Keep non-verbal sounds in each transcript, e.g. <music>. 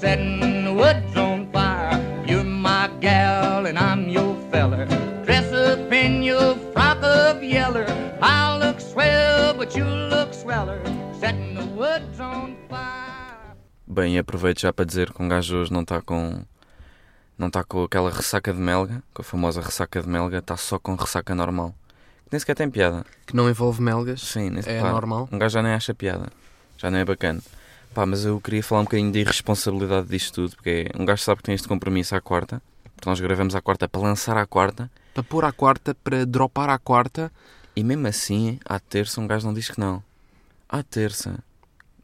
setting the woods on fire. You're my gal and I'm your feller. Dress up in your frock of yeller. I look swell, but you look sweller. Setting the woods on fire. Bem, e aproveito já para dizer que um gajo hoje não está com. Não está com aquela ressaca de melga, com a famosa ressaca de melga, está só com ressaca normal. Que nem sequer tem piada. Que não envolve melgas. Sim, nem É pá, normal. Um gajo já nem acha piada. Já não é bacana. Pá, mas eu queria falar um bocadinho da irresponsabilidade disto tudo, porque um gajo sabe que tem este compromisso à quarta, porque nós gravamos à quarta para lançar à quarta, Para pôr à quarta, para dropar à quarta. e mesmo assim, à terça, um gajo não diz que não. À terça.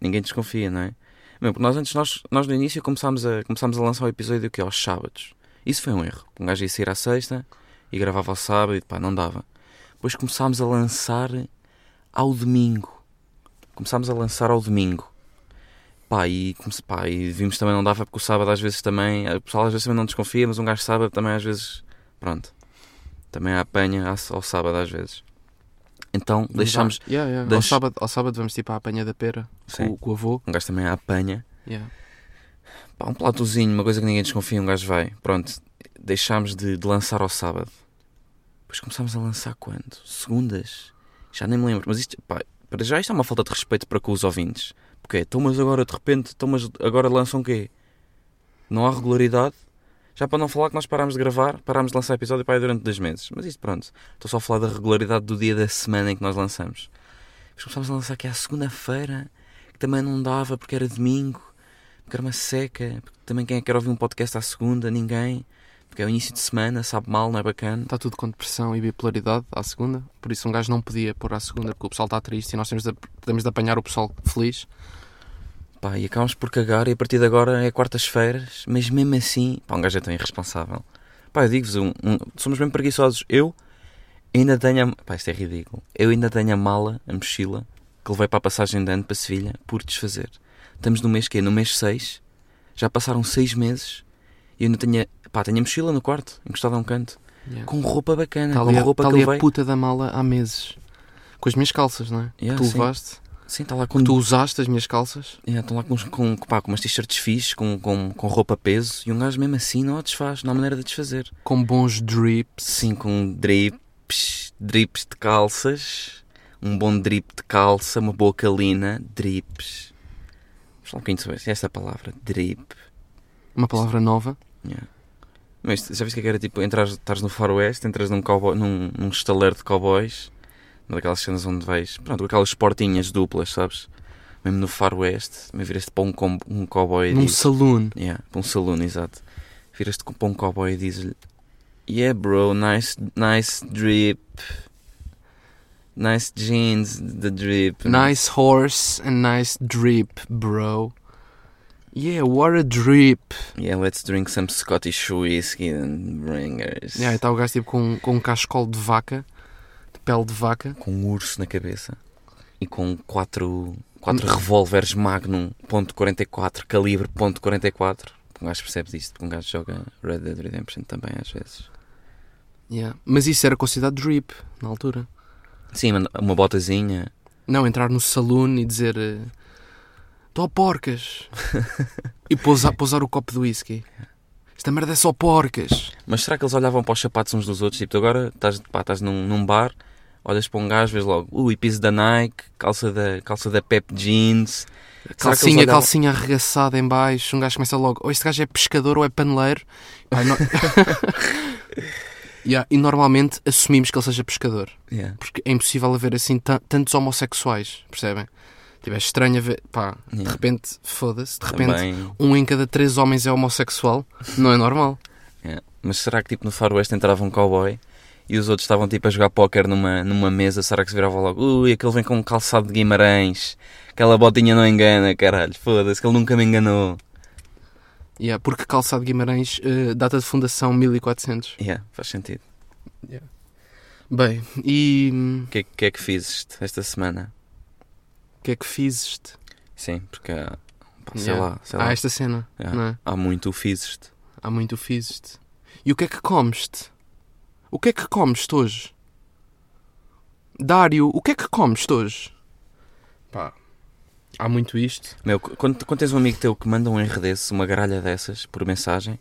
Ninguém desconfia, não é? Meu, porque nós antes, nós, nós no início começámos a, começámos a lançar o episódio o quê? aos sábados. Isso foi um erro. Um gajo ia sair à sexta e gravava ao sábado e pá, não dava. Depois começámos a lançar ao domingo. Começámos a lançar ao domingo. Pá, e, comece- pá, e vimos também não dava porque o sábado às vezes também. O pessoal às vezes também não desconfia, mas um gajo sábado também às vezes. Pronto. Também apanha ao- ao sábado às vezes. Então deixámos. Yeah, yeah. Ao, deixa- sábado, ao sábado vamos tipo à apanha da pera Sim. com, com o avô. Um gajo também apanha. Yeah. Pá, um platozinho, uma coisa que ninguém desconfia, um gajo vai. Pronto, deixámos de, de lançar ao sábado. Depois começámos a lançar quando? Segundas? Já nem me lembro. Mas isto, pá, para já isto é uma falta de respeito para com os ouvintes. Porque é, então mas agora de repente, então mas agora lançam o quê? Não há regularidade? Já para não falar que nós parámos de gravar, parámos de lançar episódio pá, aí durante dois meses. Mas isto pronto, estou só a falar da regularidade do dia da semana em que nós lançamos. Depois começámos a lançar aqui à segunda-feira, que também não dava porque era domingo, porque era uma seca, porque também quem é que quer ouvir um podcast à segunda? Ninguém. Porque é o início de semana, sabe mal, não é bacana. Está tudo com depressão e bipolaridade à segunda. Por isso um gajo não podia pôr à segunda porque o pessoal está triste e nós temos de, temos de apanhar o pessoal feliz. Pá, e acabamos por cagar e a partir de agora é quartas-feiras, mas mesmo assim, pá, um gajo é tão irresponsável. Pá, eu digo-vos, um, um- somos bem preguiçosos. Eu ainda tenho a... Pá, isto é ridículo. Eu ainda tenho a mala, a mochila, que levei para a passagem de ano para Sevilha, por desfazer. Estamos no mês que é, No mês 6. Já passaram 6 meses e eu ainda tenho... a- Pá, tenho a mochila no quarto, encostada a um canto, Yeah. com roupa bacana, Está com ali, a- roupa tá que ali levei... a puta da mala há meses. Com as minhas calças, não é? Que Yeah, tu sim. levaste. Sim, está lá com... Quando tu usaste as minhas calças. Yeah, estão lá com, uns- com, pá, com umas t-shirts fixes, com, com, com roupa peso, e um gajo mesmo assim não a desfaz, não há maneira de a desfazer. Com bons drips. Sim, com um drips, drips de calças, um bom drip de calça, uma boa calina, drips. Vamos lá um bocadinho sobre esta- esta palavra, drip. Uma palavra nova. Yeah. Mas já viste o que é que era tipo, entras, estás no faroeste, entras num, cowboy, num, num estaleiro de cowboys, numa daquelas cenas onde vais, pronto, com aquelas portinhas duplas, sabes? Mesmo no faroeste, me viraste para um, com- um cowboy e Num dizes- saloon. Yeah, para um saloon, exato. Viras-te com- para um cowboy e dizes-lhe: Yeah, bro, nice, nice drip. Nice jeans, the drip. né? Nice horse and nice drip, bro. Yeah, what a drip. Yeah, let's drink some Scottish whiskey and bringers. Yeah, está o gajo tipo com, com um cascol de vaca, de pele de vaca. Com um urso na cabeça e com quatro, quatro Hum. revólveres Magnum .44, calibre .44. Um gajo percebe disto, porque um gajo joga Red Dead Redemption também às vezes. Yeah. Mas isso era considerado drip na altura. Sim, mano, uma botazinha, Não, entrar no saloon e dizer. eh, Tô porcas. e pousar, pousar o copo de whisky. Esta merda é só porcas. Mas será que eles olhavam para os sapatos uns dos outros? Tipo, tu agora estás, pá, estás num, num bar, olhas para um gajo, vês logo, ui, piso da Nike, calça da, calça da Pep Jeans. Será que eles Calcinha, olhavam- calcinha arregaçada em baixo. Um gajo começa logo, ou este gajo é pescador ou é paneleiro. Pá, no- <laughs> Yeah, E normalmente assumimos que ele seja pescador. Yeah, Porque é impossível haver assim tan- tantos homossexuais, percebem? Tipo, é estranho haver... Pá, de Yeah. repente, foda-se, de repente... também. Um em cada três homens é homossexual, não é normal. yeah. Mas será que tipo no faroeste entrava um cowboy e os outros estavam tipo a jogar póquer numa, numa mesa? Será que se virava logo, ui, aquele vem com um calçado de Guimarães, aquela botinha não engana, caralho, foda-se, que ele nunca me enganou. Yeah, porque calçado Guimarães, eh, data de fundação 1400. Yeah, faz sentido. Bem, e hum, O que, é- que é que fizeste esta semana? o que é que fizeste? Sim, porque há- pá, sei Yeah. Ah, lá, sei lá. Ah. Há esta cena, Yeah. não é? Há muito o fizeste. Há muito o fizeste. E o que é que comeste? O que é que comeste hoje? Dário, o que é que comeste hoje? Pá. Há muito isto. Meu, qu- quando, quando tens um amigo teu que manda um erro desse, uma garalha dessas, por mensagem,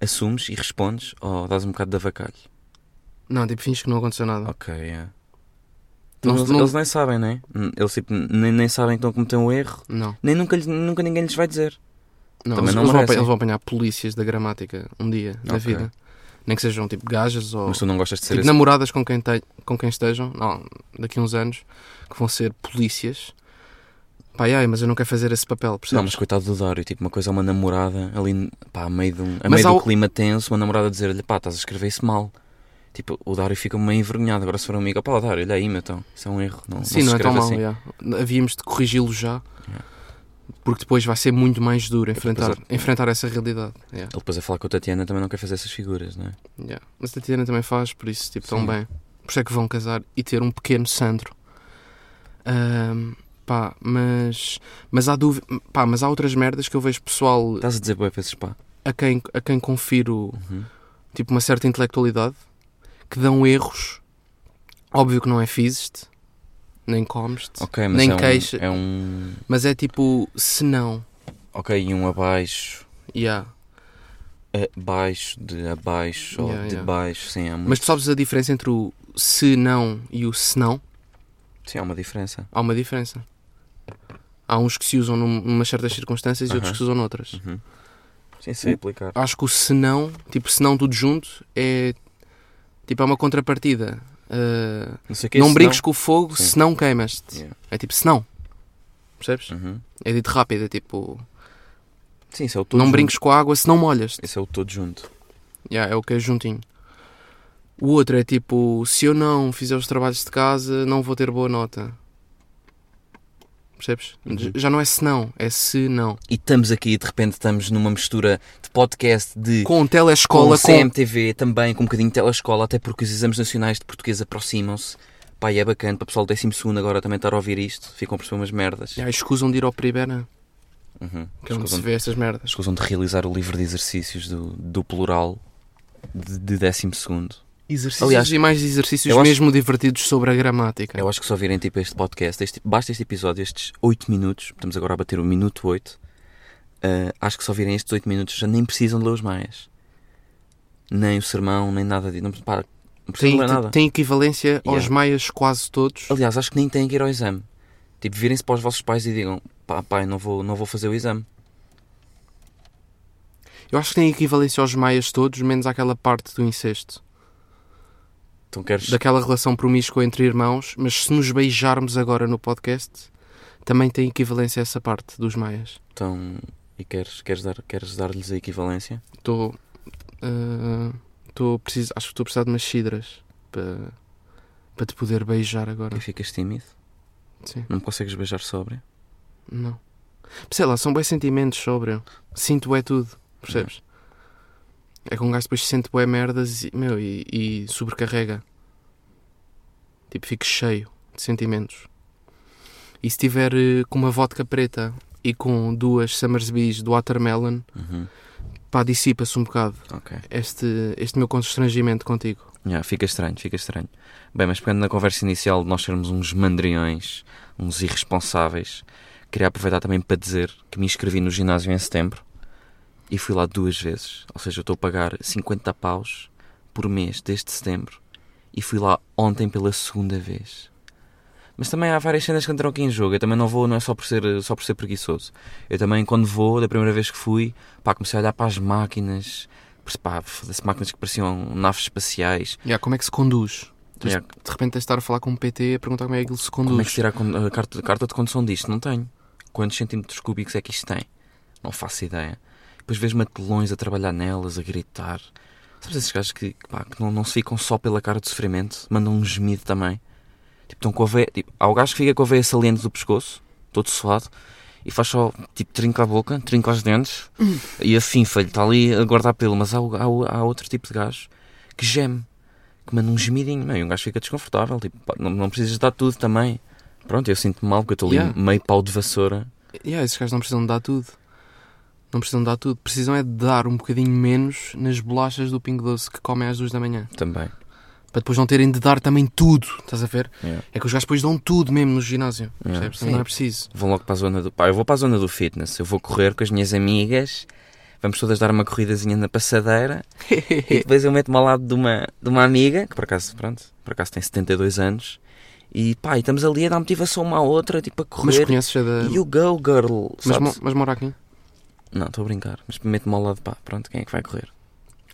assumes e respondes ou dás um bocado de avacalho? Não, tipo, finges que não aconteceu nada. Ok, é. Não- eles, não- eles nem sabem, né? Eles tipo, nem, nem sabem que estão a cometer um erro, Não, nem nunca, lhes- nunca ninguém lhes vai dizer. não, Também eles, não eles vão merecem. apa- eles vão apanhar polícias da gramática um dia da Ok. vida. Nem que sejam tipo gajas ou Mas tu não gostas de ser tipo, assim. namoradas com quem, te- com quem estejam, não, daqui a uns anos, que vão ser polícias. Pá, ai, mas eu não quero fazer esse papel, percebes? Não, mas coitado do Dário, tipo, uma coisa é uma namorada ali, pá, a meio, de um, a Mas meio há do o- clima tenso, uma namorada dizer-lhe, pá, estás a escrever isso mal. Tipo, o Dário fica meio envergonhado. Agora, se for um amigo, pá, Dário, olha aí, meu, então, isso é um erro. Não, Sim, se não, é tão escreve mal. assim. já. Havíamos de corrigi-lo já, porque depois vai ser muito mais duro enfrentar, depois enfrentar essa realidade. já, Ele depois a falar com a Tatiana também não quer fazer essas figuras, não é? já. Mas a Tatiana também faz, por isso, tipo, tão Sim. bem. Por isso é que vão casar e ter um pequeno Sandro. Ahm, pá, mas, mas há dúvida, pá, mas há outras merdas que eu vejo pessoal Estás a dizer boi para esses pá. a quem, a quem confiro Uhum. tipo uma certa intelectualidade que dão erros. Óbvio que não é fizeste, nem comeste, Ok, mas Nem é, um, queixa. é um. mas é tipo se não, Ok, e um abaixo. yeah. Abaixo de abaixo ou Yeah, de yeah. baixo, sim, há muito. Mas tu sabes a diferença entre o se não e o se não? Sim, há uma diferença. Há uma diferença. Há uns que se usam num- numas certas circunstâncias e outros Aham. que se usam noutras. Sim, sei Uh, aplicar. Acho que o se não, tipo, se não tudo junto, é tipo, é uma contrapartida. Ah, Não sei o que não brinques com o fogo, Sim. se não queimas-te. Yeah. É tipo, se não. Percebes? Uhum. É dito rápido, é tipo, Sim, isso é o todo não junto. brinques com a água se não molhas. Esse é o todo junto. Yeah, é o que é juntinho. O outro é tipo, se eu não fizer os trabalhos de casa, não vou ter boa nota. Percebes? Uhum. J- Já não é se não, é se não. E estamos aqui e de repente estamos numa mistura de podcast de Com com telescola, com... CMTV também, com um bocadinho de telescola, até porque os exames nacionais de português aproximam-se. Pá, e é bacana para o pessoal do 12 agora também estar a ouvir isto, ficam a perceber umas merdas. Yeah, escusam de ir ao Peribera, Uhum. que é onde se Escusam, vê essas merdas. escusam de realizar o livro de exercícios do, do plural de, de 12. Exercícios Aliás, e mais exercícios eu acho- mesmo divertidos sobre a gramática. Eu acho que se ouvirem tipo este podcast, este- basta este episódio, estes 8 minutos, estamos agora a bater o minuto 8. ah, acho que se ouvirem estes 8 minutos já nem precisam de ler os maias. Nem o sermão, nem nada disso. Não, pá, não precisam Tem, de ler nada. tem equivalência aos Yeah. maias quase todos. Aliás, acho que nem têm que ir ao exame. Tipo, virem-se para os vossos pais e digam: pá, pai, não vou, não vou fazer o exame. Eu acho que tem equivalência aos maias todos, menos aquela parte do incesto. Então queres. daquela relação promíscua entre irmãos, mas se nos beijarmos agora no podcast, também tem equivalência a essa parte dos maias. Então, e queres, queres dar-lhes queres dar a equivalência? Estou. eh, Estou preciso. Acho que estou a precisar de umas cidras para. Para te poder beijar agora. E ficas tímido? Sim. Não me consegues beijar sobre? Não. Sei lá, são bons sentimentos sobre. Sinto é tudo. Percebes? É que um gajo depois sente bué merdas e, meu, e, e sobrecarrega. Tipo, fico cheio de sentimentos. E se tiver eh, com uma vodka preta e com duas Summersbees do Watermelon, Uhum. pá, dissipa-se um bocado Ok. este, este meu constrangimento contigo. Já, fica estranho, fica estranho. Bem, mas pegando na conversa inicial de nós sermos uns mandriões, uns irresponsáveis, queria aproveitar também para dizer que me inscrevi no ginásio em setembro e fui lá duas vezes. Ou seja, eu estou a pagar 50 paus por mês desde setembro e fui lá ontem pela segunda vez. Mas também há várias cenas que entram aqui em jogo. Eu também não vou, não é só por ser, só por ser preguiçoso. Eu também, quando vou, da primeira vez que fui, pá, comecei a olhar para as máquinas, pá, foda-se, máquinas que pareciam naves espaciais. Yeah, como é que se conduz? Tens- Yeah. De repente tens de estar a falar com um PT a perguntar como é que ele se conduz. Como é que se tira a, con- a carta, a carta de condução disto? Não tenho. Quantos centímetros cúbicos é que isto tem? Não faço ideia. Depois vejo matelões a trabalhar nelas, a gritar. Sabes esses gajos que, que, pá, que não, não se ficam só pela cara de sofrimento, mandam um gemido também. Tipo, estão com a veia, tipo, há o gajo que fica com a veia saliente do pescoço, todo suado, e faz só, tipo, trinca a boca, trinca os dentes, e assim, filho, está ali a guardar pelo. Mas há, o- há, o- há outro tipo de gajo que geme, que manda um gemidinho, meu, e um gajo fica desconfortável, tipo, pá, não, não precisas dar tudo também. Pronto, eu sinto-me mal porque eu estou ali Yeah. meio pau de vassoura. Yeah, esses gajos não precisam de dar tudo. Não precisam de dar tudo. Precisam é de dar um bocadinho menos nas bolachas do Pingo Doce que comem às duas da manhã. Também. Para depois não terem de dar também tudo, estás a ver? Yeah. É que os gajos depois dão tudo mesmo no ginásio, Yeah. percebes? Não Sim. é preciso. Vão logo para a zona do. Pá, eu vou para a zona do fitness. Eu vou correr com as minhas amigas. Vamos todas dar uma corridazinha na passadeira. <laughs> E depois eu meto-me ao lado de uma, de uma amiga, que por acaso, pronto, por acaso tem 72 anos. E pá, e estamos ali a dar motivação uma à outra, tipo a Mas correr. conheces a da. You go, girl. Mas, sabes? mo- mas mora aqui? Não, estou a brincar. Mas meto-me ao lado, pá, pronto, quem é que vai correr?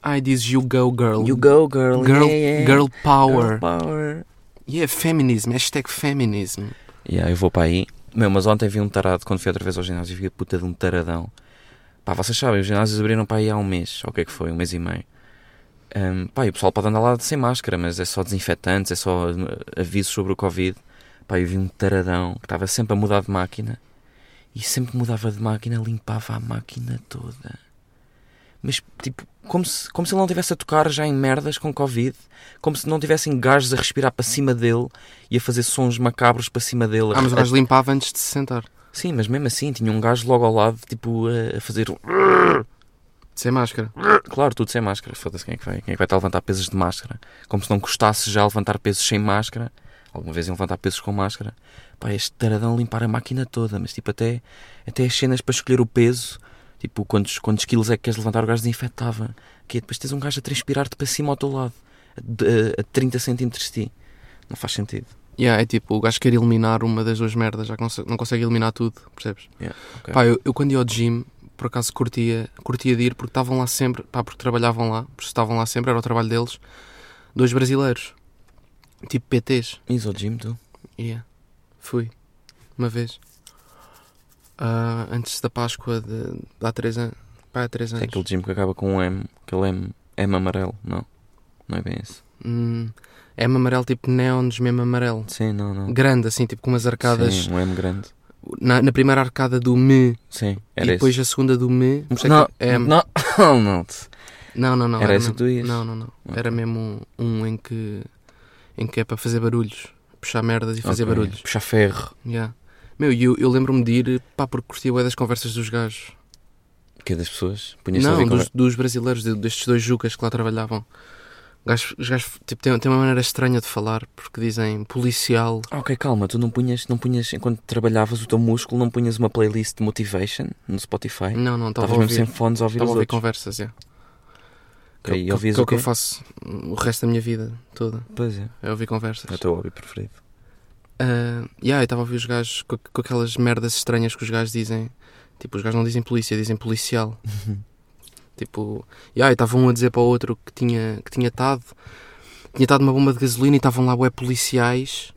Ai, diz You Go Girl. You go, girl. Girl, yeah, yeah. girl Power. Girl power. Yeah, feminism. Hashtag feminism. Yeah, eu vou para aí. Meu, mas ontem vi um tarado, quando fui outra vez ao ginásio, vi a puta de um taradão. Pá, vocês sabem, os ginásios abriram para aí há um mês, ou o que é que foi, um mês e meio. Ahm, pá, e o pessoal pode andar lá sem máscara, mas é só desinfetantes, é só eh, avisos sobre o Covid. Pá, eu vi um taradão que estava sempre a mudar de máquina e sempre que mudava de máquina, limpava a máquina toda. Mas, tipo, como se, como se ele não estivesse a tocar já em merdas com Covid, como se não tivessem gajos a respirar para cima dele e a fazer sons macabros para cima dele. Ah, mas o A- gajo limpava antes de se sentar. Sim, mas mesmo assim, tinha um gajo logo ao lado, tipo, a- a fazer. Sem máscara. Claro, tudo sem máscara. Foda-se, quem, é que vai- quem é que vai estar a levantar pesos de máscara? Como se não custasse já levantar pesos sem máscara. Alguma vez iam levantar pesos com máscara. Pá, este taradão limpar a máquina toda, mas tipo, até, até as cenas para escolher o peso, tipo, quantos, quantos quilos é que queres levantar, o gajo desinfetava. Que é, depois tens um gajo a transpirar-te para cima ao teu lado, a, de- a 30 centímetros de ti. Não faz sentido. Yeah, é tipo, o gajo quer eliminar uma das duas merdas, já conse- não consegue eliminar tudo, percebes? Yeah, ok. Pá, eu, eu quando ia ao gym, por acaso curtia, curtia de ir porque estavam lá sempre, pá, porque trabalhavam lá, porque estavam lá sempre, era o trabalho deles, dois brasileiros, tipo PTs. Ires ao gym, tu? Yeah. Fui, uma vez. Ah, antes da Páscoa de, de há três anos. Pá, há três É anos. aquele gym que acaba com um M, aquele M, M amarelo, não. Não é bem esse. Hum, é um amarelo tipo neons, mesmo amarelo. Sim, não, não. Grande, assim, tipo com umas arcadas. Sim, um M grande. Na, na primeira arcada do me Sim, e era depois esse. a segunda do me. por isso é que Não, é- não, <laughs> não, te- Não, não, não. Era esse mesmo- que tu ias? Não, não, não. Era mesmo um, um em que em que é para fazer barulhos, puxar merdas e fazer Ok. barulhos. Puxar ferro. Yeah. Meu, e eu, eu lembro-me de ir, pá, porque curtia bué das conversas dos gajos. Que é das pessoas? Punhas a não, ouvir é. dos, conver- dos brasileiros, de- destes dois jucas que lá trabalhavam. Gajos- os gajos tipo, têm, têm uma maneira estranha de falar, porque dizem policial. Ah, ok, calma, tu não punhas, não punhas, enquanto trabalhavas o teu músculo, não punhas uma playlist de motivation no Spotify? Não, não, estava Hum, a Estavas mesmo sem ouvir, fones a ouvir estava a os ouvir outros. conversas, yeah. Ok, e que, que, ouvias que é o o que eu quê? faço o resto da minha vida toda, Pois é, é ouvir conversas. é o teu hobby preferido. Ah, yeah, eu estava a ouvir os gajos com, com aquelas merdas estranhas que os gajos dizem. Tipo, os gajos não dizem polícia, dizem policial. tipo, yeah, e estava um a dizer para o outro que tinha que tinha estado tinha estado uma bomba de gasolina e estavam lá bué policiais.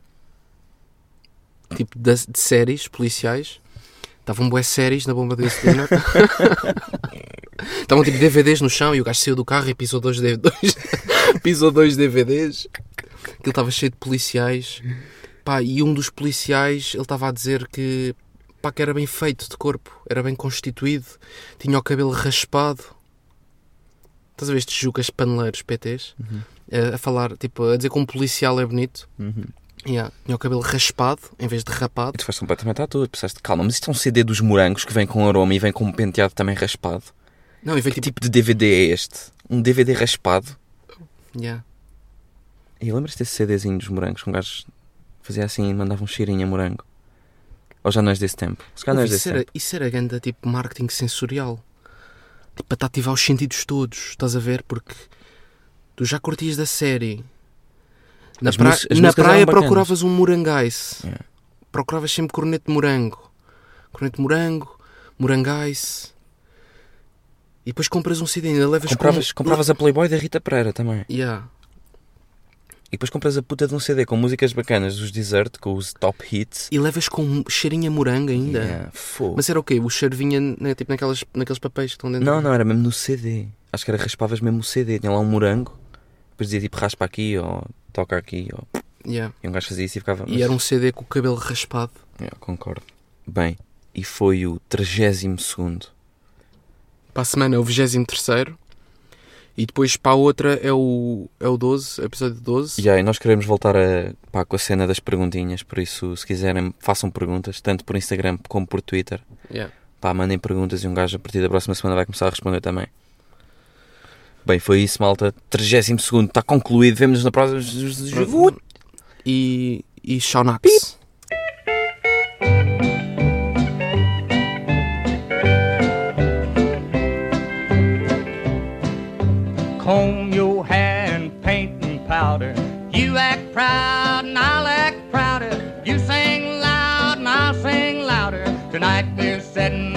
Tipo, de, de séries policiais. Estavam bué séries na bomba de gasolina. Estavam tipo DVDs no chão e o gajo saiu do carro e pisou dois, D- dois- <laughs> pisou dois DVDs. Aquilo estava cheio de policiais. Pá, e um dos policiais, ele estava a dizer que, pá, que era bem feito de corpo, era bem constituído, tinha o cabelo raspado. Estás a ver estes jucas paneleiros PTs? A, a falar, tipo, a dizer que um policial é bonito. Yeah, Tinha o cabelo raspado em vez de E rapado. tu foste completamente à tua, pensaste, calma, mas isto é um CD dos morangos que vem com aroma e vem com um penteado também raspado. Não, e veio Que tipo. tipo de DVD é este? Um DVD raspado? yeah. E lembras-te desse CDzinho dos morangos que um gajo fazia assim e mandava um cheirinho a morango? Ou já não és desse tempo? Se calhar não és isso, desse era, tempo. isso era ganda tipo marketing sensorial. Tipo, para te ativar os sentidos todos, estás a ver? Porque tu já curtias da série. Na, As pra- mus- as na músicas praia eram bacanas. procuravas um morangais. Yeah. Procuravas sempre corneto de morango. Corneto de morango, morangais. E depois compras um CD, ainda levas com- Compravas, compravas a Playboy da Rita Pereira também. Yeah. E depois compras a puta de um CD com músicas bacanas, os Desert, com os top hits. E levas com um cheirinho a morango ainda. Yeah, fogo. Mas era o quê? O cheiro vinha né, tipo, naquelas, naqueles papéis que estão dentro. Não, não, era mesmo no CD. Acho que era raspavas mesmo o CD. Tinha lá um morango, depois dizia tipo raspa aqui ou toca aqui. Ou... Yeah. E um gajo fazia isso e ficava. E era um CD com o cabelo raspado. Yeah, concordo. Bem, e foi o 32. Para a semana é o 23 e depois para a outra é o, é o 12, episódio 12. Yeah, e nós queremos voltar a, pá, com a cena das perguntinhas, por isso, se quiserem, façam perguntas, tanto por Instagram como por Twitter. Yeah. Pá, mandem perguntas e um gajo a partir da próxima semana vai começar a responder também. Bem, foi isso, malta. 32 está concluído. Vemo-nos na próxima. E, e Shaunax. comb your hair and paint and powder. You act proud and I'll act prouder. You sing loud and I'll sing louder. Tonight we're setting